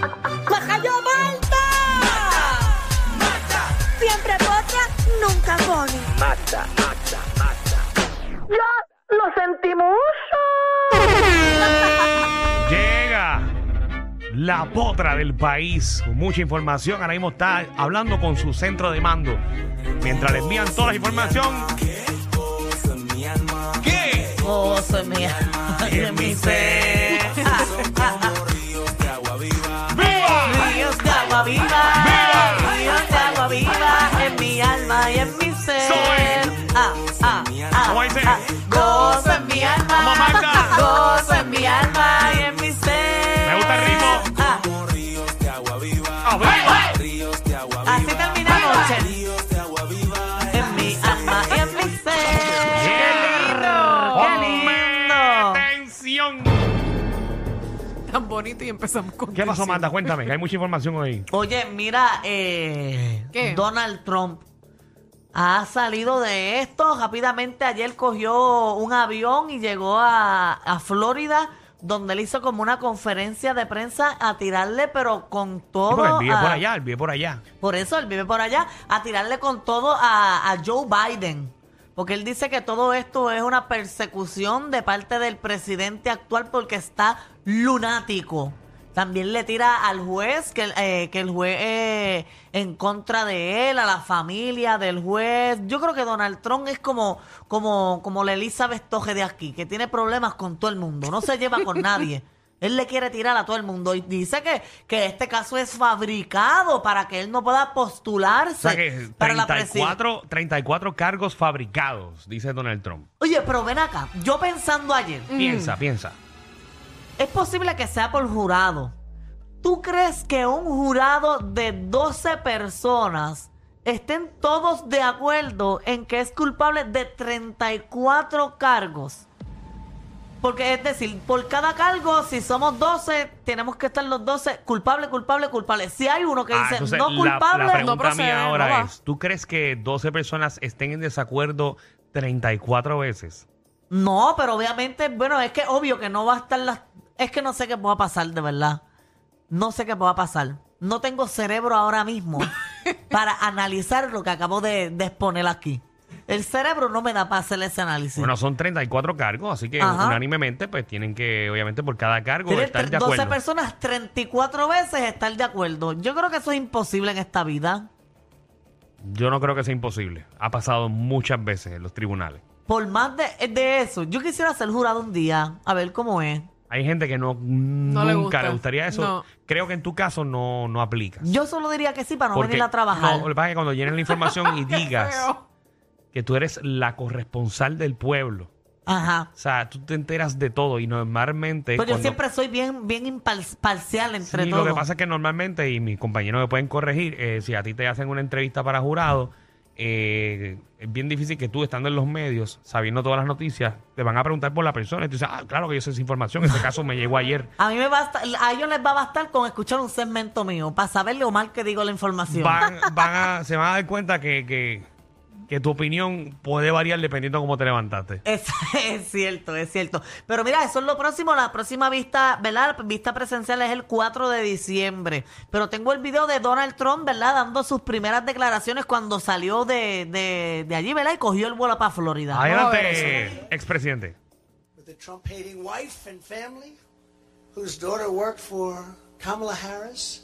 ¡Majayo Malta! ¡Mata! ¡Mata! Siempre potra, nunca pone. Mata, mata, mata. ¡Lo, lo sentimos! Llega la potra del país con mucha información. Ahora mismo está hablando con su centro de mando. Mientras le envían toda la información, ¿qué? Oh, soy mía. De mi ser. ¡Viva! Ríos de agua viva. ¡Viva! Ríos de agua viva. En mi alma y en mi ser. Soy. Ah, ah, ah. ¿Cómo dice? ah. Gozo en mi Vamos, alma. Magda. Gozo en mi alma y en mi ser. Me gusta el ritmo. Ah, ¡Ah, viva! así termina la noche. En mi alma y en mi ser. Yeah. ¡Qué Ponme lindo! ¡Atención! tan bonito y empezamos con ¿Qué pasó, tensión. Manda? Cuéntame, que hay mucha información hoy. Oye, mira, eh, ¿Qué? Donald Trump ha salido de esto. Rápidamente ayer cogió un avión y llegó a, a Florida, donde él hizo como una conferencia de prensa a tirarle, pero con Sí, porque todo. el vive por a- allá, el vive por allá. por eso él vive por allá, a tirarle con todo a, a Joe Biden. Porque él dice que todo esto es una persecución de parte del presidente actual porque está lunático. También le tira al juez, que, el- eh, que el juez eh, en contra de él, a la familia del juez. Yo creo que Donald Trump es como, como, como la Elizabeth Toje de aquí, que tiene problemas con todo el mundo, no se lleva con nadie. Él le quiere tirar a todo el mundo y dice que, que este caso es fabricado para que él no pueda postularse O sea que para la presidencia. 34, 34 cargos fabricados, dice Donald Trump. Oye, pero ven acá, yo pensando ayer, Piensa, piensa. es posible que sea por jurado. ¿Tú crees que un jurado de 12 personas estén todos de acuerdo en que es culpable de 34 cargos? Porque es decir, por cada cargo, si somos 12, tenemos que estar los 12 culpable, culpable, culpable. Si hay uno que Ah, dice entonces, no la- culpable, La, pregunta no procede, mía no ahora va. es, ¿tú crees que 12 personas estén en desacuerdo 34 veces? No, pero obviamente, bueno, es que obvio que no va a estar las... Es que no sé qué pueda pasar, de verdad. No sé qué pueda pasar. No tengo cerebro ahora mismo para analizar lo que acabo de, de exponer aquí. El cerebro no me da para hacer ese análisis. Bueno, son 34 cargos, así que Ajá. unánimemente pues tienen que, obviamente, por cada cargo Tiene estar tre- de 12 acuerdo. personas 34 veces estar de acuerdo. Yo creo que eso es imposible en esta vida. Yo no creo que sea imposible. Ha pasado muchas veces en los tribunales. Por más de, de eso, yo quisiera ser jurado un día, a ver cómo es. Hay gente que no, le nunca gusta. le gustaría eso. No. Creo que en tu caso no, no aplica. Yo solo diría que sí para no venir a trabajar. No, lo que pasa es que cuando llenes la información y digas que tú eres la corresponsal del pueblo, Ajá. o sea, tú te enteras de todo y normalmente... Pero Pues yo cuando- siempre soy bien, bien impar- parcial entre Sí, todos. Lo que pasa es que normalmente, y mis compañeros me pueden corregir, eh, si a ti te hacen una entrevista para jurado, eh, es bien difícil que tú, estando en los medios, sabiendo todas las noticias, te van a preguntar por la persona. Y tú dices, ah, claro que yo sé esa información, ese caso me llegó ayer. A mí me basta, a ellos les va a bastar con escuchar un segmento mío para saber lo mal que digo la información. Van, van a- se van a dar cuenta que, que- que tu opinión puede variar dependiendo de cómo te levantaste. Es, es cierto, es cierto. Pero mira, eso es lo próximo. La próxima vista, ¿verdad? La vista presencial es el 4 de diciembre. Pero tengo el video de Donald Trump, ¿verdad? Dando sus primeras declaraciones cuando salió de, de, de allí, ¿verdad? Y cogió el vuelo para Florida. Adelante, expresidente. with a Trump hating wife and family whose daughter worked for Kamala Harris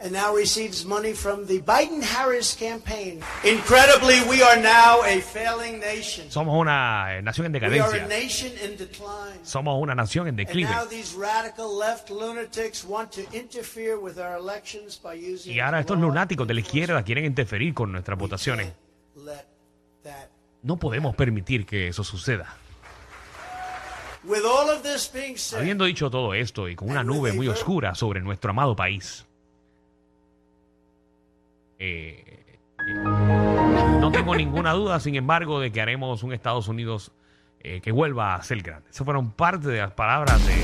and now receives money from the Biden Harris campaign. Incredibly, we are now a failing nation. Somos una eh, nación en We are a decadencia. nation in decline. Somos una nación en And declive. now these radical left lunatics want to interfere with our elections by using Y ahora estos law lunáticos de la enforcement. izquierda quieren interferir con nuestras votaciones. Let that No podemos permitir que eso suceda. With all of this being said, Habiendo dicho todo esto y con una nube muy oscura sobre nuestro amado país, eh, eh, no tengo ninguna duda, sin embargo, de que haremos un Estados Unidos eh, que vuelva a ser grande. Esas fueron parte de las palabras de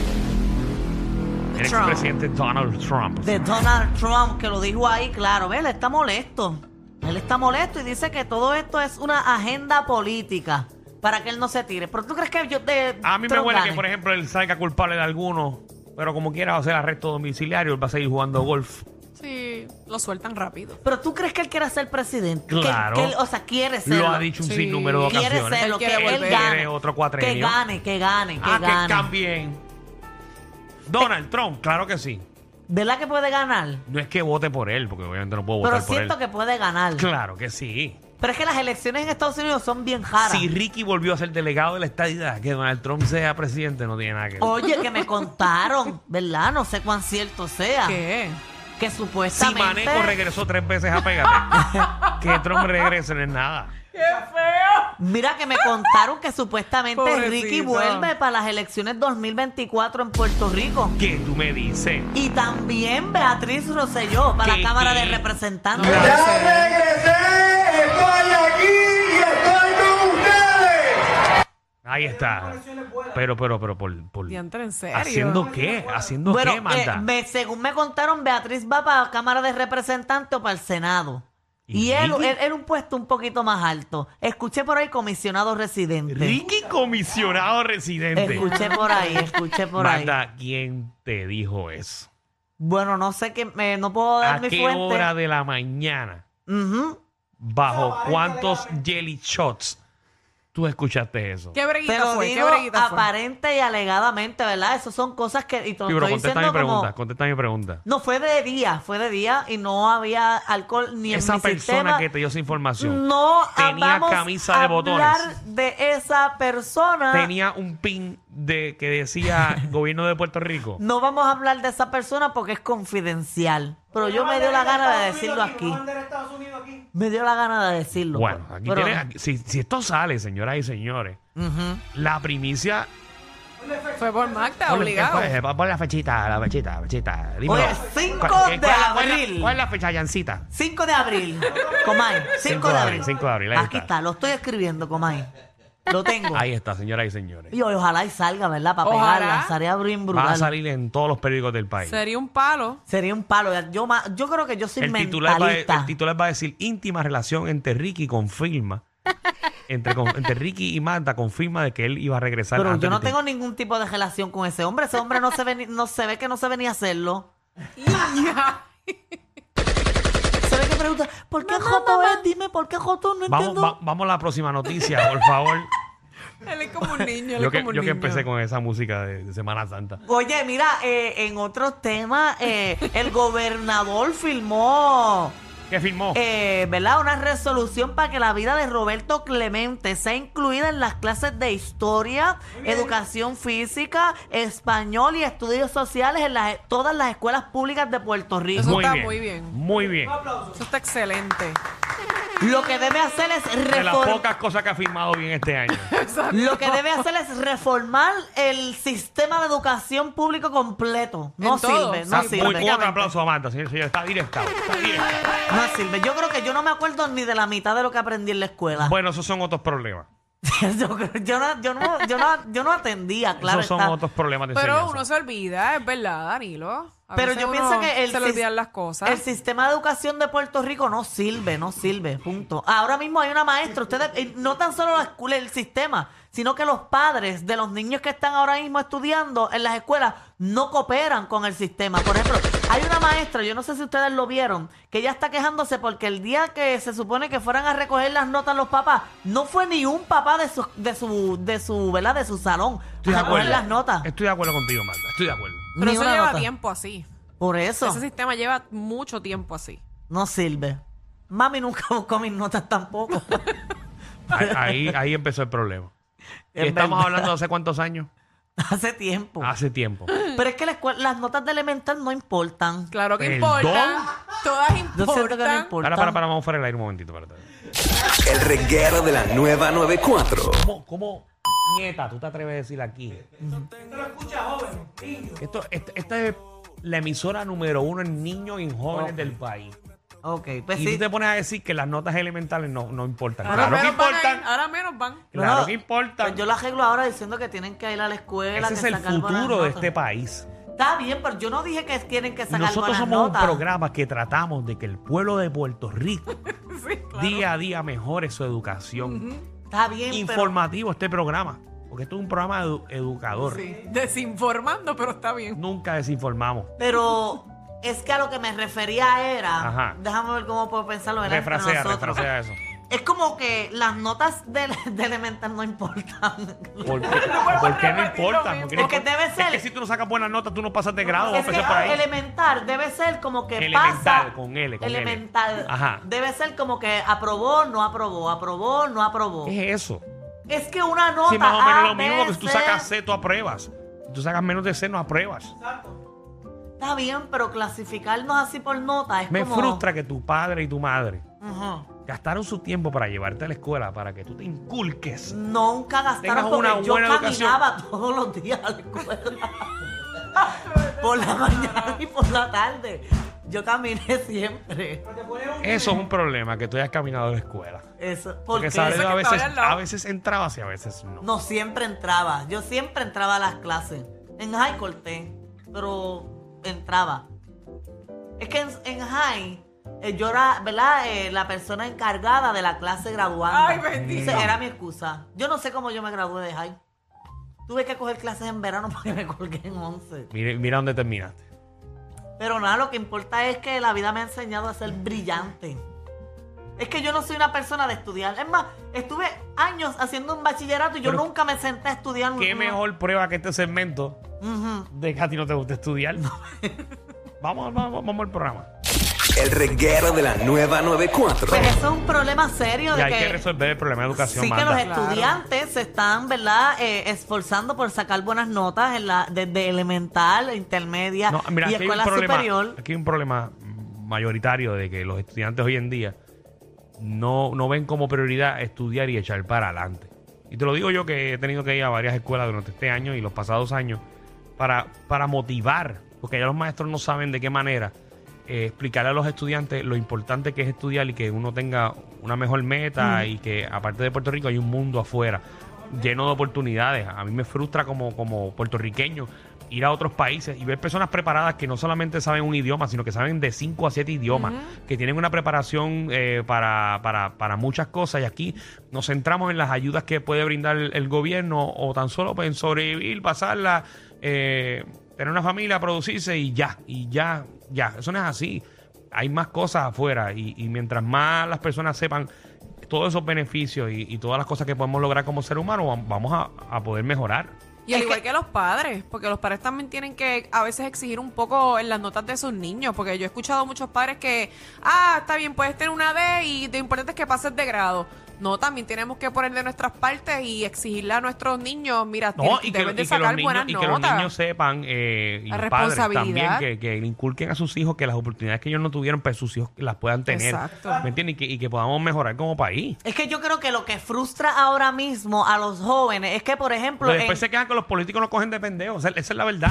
el Trump. expresidente Donald Trump. de Donald Trump, que lo dijo ahí, claro, él está molesto. Él está molesto y dice que todo esto es una agenda política para que él no se tire. Pero tú crees que yo te... A mí me huele que, por ejemplo, él salga culpable de alguno Pero como quiera va a ser arresto domiciliario, él va a seguir jugando golf. Sí, lo sueltan rápido. Pero tú crees que él quiera ser presidente. Que- Claro. que él- o sea, quiere ser. Lo ha dicho un Sí. sinnúmero de Quiere ocasiones. Quiere serlo, Él que quiere él volver. gane. Quiere otro cuatrenio. Que gane, que gane, que ah, gane. que cambien. Donald Eh. Trump, claro que sí. ¿De la que puede ganar? No es que vote por él, porque obviamente no puedo Pero votar por él. siento que puede ganar. Claro que sí. Pero es que las elecciones en Estados Unidos son bien raras. Si Ricky volvió a ser delegado de la estadidad, que Donald Trump sea presidente, no tiene nada que ver. Oye, que me contaron, ¿verdad? No sé cuán cierto sea. ¿Qué? Que si supuestamente. Maneco regresó tres veces a Pégate, que Trump regrese no es nada. Mira que me contaron que supuestamente Pobrecito. Ricky vuelve para las elecciones 2024 en Puerto Rico. ¿Qué tú me dices? Y también Beatriz Rosselló para ¿Qué? la Cámara de Representantes. No. Ya regresé, estoy aquí y estoy con ustedes. Ahí está. Pero, pero, pero, por. por Diantre, ¿en serio? ¿Haciendo qué? ¿Haciendo bueno, qué, Magda? eh, me- según me contaron, Beatriz va para la Cámara de Representantes o para el Senado. ¿Y Y, él, Ricky? él era un puesto un poquito más alto. Escuché por ahí comisionado residente. Ricky comisionado residente. Escuché por ahí, escuché por ahí. Magda, ¿quién te dijo eso? Bueno, no sé qué, me- no puedo dar ¿A mi qué fuente. hora de la mañana? Ujú. ¿Bajo cuántos jelly shots tú escuchaste eso? ¿Qué Te breguita lo fue? ¿Qué digo breguita fue? aparente y alegadamente, ¿verdad? Eso son cosas que... Y te lo Sí, pero estoy contesta mi diciendo como- pregunta, contesta mi pregunta. No, fue de día, fue de día y no había alcohol ni Esa en mi persona sistema. que te dio esa información No Tenía vamos camisa de a botones. hablar de esa persona. tenía un pin de que decía gobierno de Puerto Rico. No vamos a hablar de esa persona porque es confidencial. Pero yo me dio la gana de decirlo aquí. Me dio la gana de decirlo. Bueno, pero- aquí pero- tiene- aquí- si, si esto sale, señoras y señores, Ujú. la primicia. eh, Fue por Magda, obligado. Oye, ¿qué fue? Pon la fechita, la fechita, la fechita. Dímelo. Oye, 5 de ¿Cuál- cuál es la- cuál es la- abril. ¿Cuál es la fecha, Yancita? 5 de abril. Comay, 5 de abril. 5 de abril, ahí Aquí está. está, lo estoy escribiendo, Comay. Lo tengo. Ahí está, señoras y señores. Y ojalá y salga, ¿verdad? Para Ojalá. pegarla. Sería bien Va a brutal. salir en todos los periódicos del país. Sería un palo. Sería un palo. Yo, ma- yo creo que yo soy El titular, va a, mentalista. el titular va a decir íntima relación entre Ricky confirma. entre, con- entre Ricky y Magda confirma de que él iba a regresar. Pero antes yo no del tengo ningún tipo de relación con ese hombre. Ese hombre no se ve, ni- no se ve que no se venía a hacerlo. Ya. Se ve que pregunta, ¿por qué Joto es? Dime, ¿por qué Joto? No Vamos, entiendo. va- vamos a la próxima noticia, por favor. Él es como un niño, él yo es que, como un yo que niño. empecé con esa música de, de Semana Santa. Oye, mira, eh, en otros temas, eh, el gobernador filmó, ¿Qué firmó? eh, ¿verdad? Una resolución para que la vida de Roberto Clemente sea incluida en las clases de historia, educación física, español y estudios sociales en las- todas las escuelas públicas de Puerto Rico. Eso está muy bien. Muy bien. Eso está excelente. Lo que debe hacer es De las reform- pocas cosas que ha firmado bien este año. Lo que debe hacer es reformar el sistema de educación público completo. No En todo, sirve, sí, no muy Muy sirve. un aplauso a Marta, señor, señor. Está directa. Está directa. No sirve. Yo creo que yo no me acuerdo ni de la mitad de lo que aprendí en la escuela. Bueno, esos son otros problemas. yo, creo- yo no, yo, no, yo, no, yo no atendía, claro. esos son está. otros problemas de Pero enseñanza. uno se olvida, es verdad, Danilo. A Pero veces yo uno pienso que el, se le sis- olvidan las cosas. el sistema de educación de Puerto Rico no sirve, no sirve, punto. Ahora mismo hay una maestra, ustedes, eh, no tan solo la escuela, el sistema, sino que los padres de los niños que están ahora mismo estudiando en las escuelas no cooperan con el sistema. Por ejemplo, hay una maestra, yo no sé si ustedes lo vieron, que ya está quejándose porque el día que se supone que fueran a recoger las notas los papás, no fue ni un papá de su, de su, de su, ¿verdad? De su salón Estoy de a recoger acuerdo. las notas. Estoy de acuerdo contigo, Marta. Estoy de acuerdo. Pero Ni eso una lleva nota. tiempo así. Por eso. Ese sistema lleva mucho tiempo así. No sirve. Mami nunca buscó mis notas tampoco. Ahí, ahí- ahí empezó el problema. Y Es estamos verdad. hablando de hace cuántos años? Hace tiempo. Hace tiempo. Pero es que la escue- las notas de elemental no importan. Claro que Perdón. importan. Todas Yo siento que no importan. importan. Ahora, para, para, vamos fuera del aire un momentito. Para, El reguero de la nueva 94. ¿Cómo, cómo, nieta, tú te atreves a decir aquí? Esto, esto- esta es la emisora número uno en niños y en jóvenes del país. Ok, pues Y sí. Ah, tú te pones a decir que las notas elementales no, no importan. Ahora claro que menos van a ir, importan. Ahora menos van. No, Claro no, que importan. pues yo lo arreglo ahora diciendo que tienen que ir a la escuela. Ese es que el sacar buenas futuro de notas. este país. Está bien, pero yo no dije que tienen que sacar Nosotros buenas somos notas. un programa que tratamos de que el pueblo de Puerto Rico día a día mejore su educación. Está bien, pero Informativo este programa. Porque esto es un programa edu- educador. Sí. Desinformando, pero está bien. Nunca desinformamos. Pero es que a lo que me refería era. Ajá. Déjame ver cómo puedo pensarlo. Era entre Refrasea, nosotros. refrasea eso. Es como que las notas de, de elemental no importan. ¿Por qué, puedo ¿por qué repetir no lo importa? mismo. ¿Por qué no Porque importa? debe ser- Es que si tú no sacas buenas notas, tú no pasas de grado. es vamos a que empezar por ahí. elemental debe ser como que Elemental, pasa. con L, con L. elemental. Ajá. Debe ser como que aprobó, no aprobó, aprobó, no aprobó. ¿Qué es eso? Es que una nota. Si más o menos A, lo mismo, B, porque si tú C, sacas C, tú apruebas. Si tú sacas menos de C, no apruebas. Está bien, pero clasificarnos así por nota es Me como. frustra que tu padre y tu madre Ujú. gastaron su tiempo para llevarte a la escuela, para que tú te inculques. Nunca gastaron Tengas porque una yo buena educación. caminaba todos los días a la escuela. por la mañana y por la tarde. Yo caminé siempre. Eso es un problema, que tú hayas caminado a la escuela. Eso. Porque, Porque sabes, Eso que a, veces, estaba al lado. a veces entrabas y a veces no. no siempre entraba. Yo siempre entraba a las clases. En high corté, pero entraba. Es que en, en high eh, yo era, ¿verdad? Eh, la persona encargada de la clase graduada. Ay, bendito. Esa era mi excusa. Yo no sé cómo yo me gradué de high. Tuve que coger clases en verano porque me colgué en 11. Mire- mira dónde terminaste. Pero nada, lo que importa es que la vida me ha enseñado a ser brillante. Es que yo no soy una persona de estudiar. Es más, estuve años haciendo un bachillerato y yo Pero- nunca me senté a estudiar. ¿Qué No. mejor prueba que este segmento Ujú. de que a ti no te gusta estudiar? vamos, vamos, vamos al programa. El reguero de la nueva 94. Pues eso es un problema serio Y de hay que que, resolver el problema de educación, sí que Magda. los estudiantes se están, ¿verdad? Eh, esforzando por sacar buenas notas en la, desde elemental, intermedia No, mira, y aquí hay, un escuela problema, superior. aquí hay un problema mayoritario de que los estudiantes hoy en día no, no ven como prioridad estudiar y echar para adelante. Y te lo digo yo que he tenido que ir a varias escuelas durante este año y los pasados años para, para motivar, porque ya los maestros no saben de qué manera eh, explicarle a los estudiantes lo importante que es estudiar y que uno tenga una mejor meta Mm. y que aparte de Puerto Rico hay un mundo afuera lleno de oportunidades. A mí me frustra como, como puertorriqueño ir a otros países y ver personas preparadas que no solamente saben un idioma, sino que saben de 5 a 7 idiomas, que tienen una preparación eh, para, para, para muchas cosas. Y aquí nos centramos en las ayudas que puede brindar el, el gobierno o tan solo pues, en sobrevivir, pasarla, eh, tener una familia, producirse y ya, y ya, ya. Eso no es así. Hay más cosas afuera y, y mientras más las personas sepan todos esos beneficios y, y todas las cosas que podemos lograr como ser humano, vam- vamos a, a poder mejorar. Y al igual que los padres, porque los padres también tienen que a veces exigir un poco en las notas de sus niños, porque yo he escuchado muchos padres que, ah, está bien, puedes tener una D y lo importante es que pases de grado. No, también tenemos que poner de nuestras partes y exigirle a nuestros niños, mira, No, tienes- y que, deben de y que los sacar niños, buenas y que los notas. niños sepan, eh, y La padres también, responsabilidad. que, que le inculquen a sus hijos que las oportunidades que ellos no tuvieron, pues sus hijos las puedan tener. Exacto. ¿Me entiendes? Y que, y que podamos mejorar como país. Es que yo creo que lo que frustra ahora mismo a los jóvenes es que, por ejemplo, Pero después en- se quejan que los políticos nos cogen de pendejos. Esa, esa es la verdad.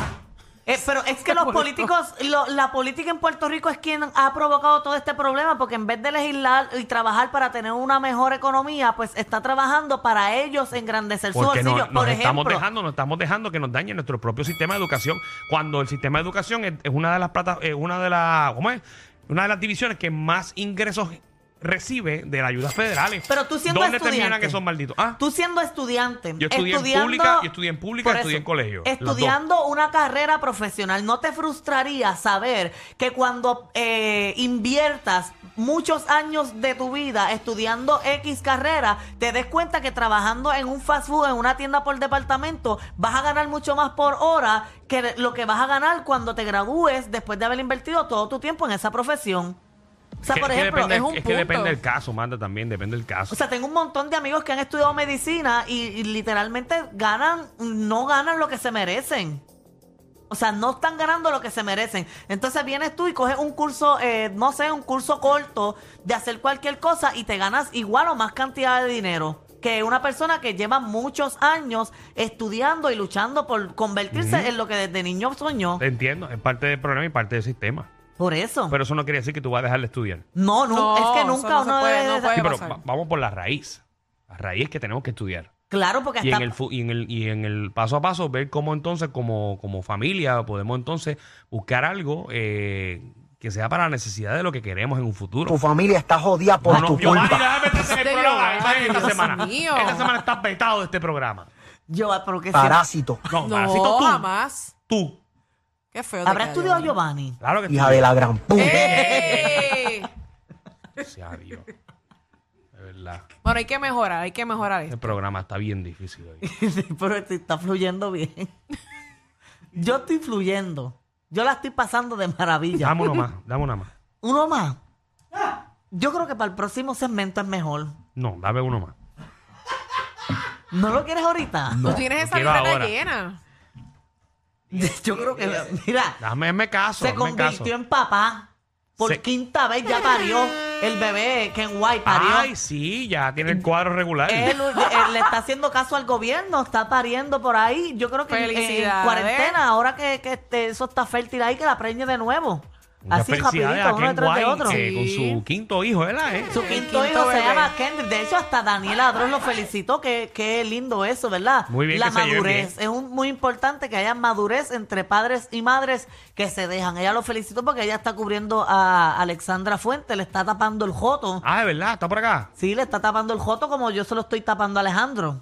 Eh, pero es que los políticos, lo- la política en Puerto Rico es quien ha provocado todo este problema, porque en vez de legislar y trabajar para tener una mejor economía, pues está trabajando para ellos engrandecer su Porque no- bolsillo. nos Por estamos ejemplo, dejando, nos estamos dejando que nos dañe nuestro propio sistema de educación. Cuando el sistema de educación es, es una de las plata, es una de las, ¿cómo es? Una de las divisiones que más ingresos recibe de las ayudas federales. Pero tú siendo ¿Dónde estudiante. terminan esos malditos? Ah, tú siendo estudiante, Yo estudié en estudiando- pública, yo estudié en pública, por estudié en colegio, las dos. Estudiando una carrera profesional, ¿no te frustraría saber que cuando eh, inviertas muchos años de tu vida estudiando X carrera, te des cuenta que trabajando en un fast food, en una tienda por departamento, vas a ganar mucho más por hora que lo que vas a ganar cuando te gradúes después de haber invertido todo tu tiempo en esa profesión? O sea, que- por que ejemplo, depende- es un que punto. depende del caso, manda también, depende del caso. o sea, tengo un montón de amigos que han estudiado medicina y, y literalmente ganan, no ganan lo que se merecen. O sea, no están ganando lo que se merecen. Entonces vienes tú y coges un curso, eh, no sé, un curso corto de hacer cualquier cosa y te ganas igual o más cantidad de dinero que una persona que lleva muchos años estudiando y luchando por convertirse en lo que desde niño soñó. Te entiendo, es parte del problema y parte del sistema. Por eso. Pero eso no quiere decir que tú vas a dejar de estudiar. no, no, No, es que eso nunca no se uno puede, debe no de- puede. Sí, pero pasar. va- vamos por la raíz. La raíz que tenemos que estudiar. Claro, porque y hasta en el fu- y en el y en el paso a paso ver cómo entonces como como familia podemos entonces buscar algo eh, que sea para la necesidad de lo que queremos en un futuro Tu familia está jodida por No, no, tu Giovanni, culpa. déjame meterse en el Este programa, Giovanni, esta Dios semana mío. esta semana estás vetado de este programa Yo, pero que sí. parásito, No, No, parásito tú. jamás. Tú. Qué feo. te ¿Habrá queda, estudiado Giovanni. Giovanni? Claro que hija tú. de la gran puta. Eh, ¡Ey! Sea Dios. De verdad. Bueno, hay que mejorar, hay que mejorar Este esto. programa está bien difícil hoy. Sí, pero te está fluyendo bien. Yo estoy fluyendo. Yo la estoy pasando de maravilla. Dame uno más, dame una más. Uno más. Yo creo que para el próximo segmento es mejor. No, dame uno más. ¿No lo quieres ahorita? Tú tienes esa quiero libreta ahora. llena. Yo creo que. Mira, Dame, hazme caso. se hazme caso. convirtió en papá. Por Se- quinta vez ya parió el bebé Ken White. Parió. Ay, sí, ya tiene el cuadro regular. Él, eh, él le está haciendo caso al gobierno, está pariendo por ahí. Yo creo que en- en, Felicidades. cuarentena, ahora que, que este, eso está fértil ahí, que la preñe de nuevo. Muchas Así felicidades rapidito, a uno Ken detrás de White, otro. eh, con Sí. su quinto hijo, ¿verdad? eh? Su quinto quinto hijo bebé. se llama Kendrick. De hecho, hasta Daniela Adros lo felicitó. Qué, qué lindo eso, ¿verdad? Muy bien La que se lleven madurez. Es un- muy importante que haya madurez entre padres y madres que se dejan. Ella lo felicitó porque ella está cubriendo a Alexandra Fuente, le está tapando el joto. Ah, de verdad, está por acá. Sí, le está tapando el joto como yo se lo estoy tapando a Alejandro.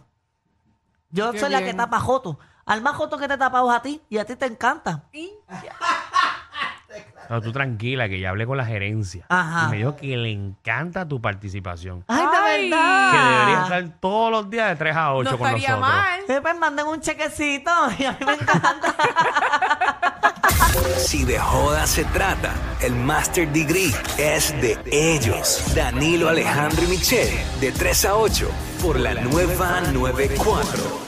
Yo Qué soy la que bien. tapa joto. Al más joto que te tapamos a ti y a ti te encanta. Pero tú tranquila, que ya hablé con la gerencia. Ajá. Ah. Y me dijo que le encanta tu participación. Ay, de Ay. verdad. Que debería estar todos los días de 3 a 8 No con estaría nosotros. mal. Sí, pues manden un chequecito y a mí me encanta. Si de joda se trata, el Master Degree es de ellos. Danilo Alejandro y Michelle, de 3 a 8, por la nueva 94.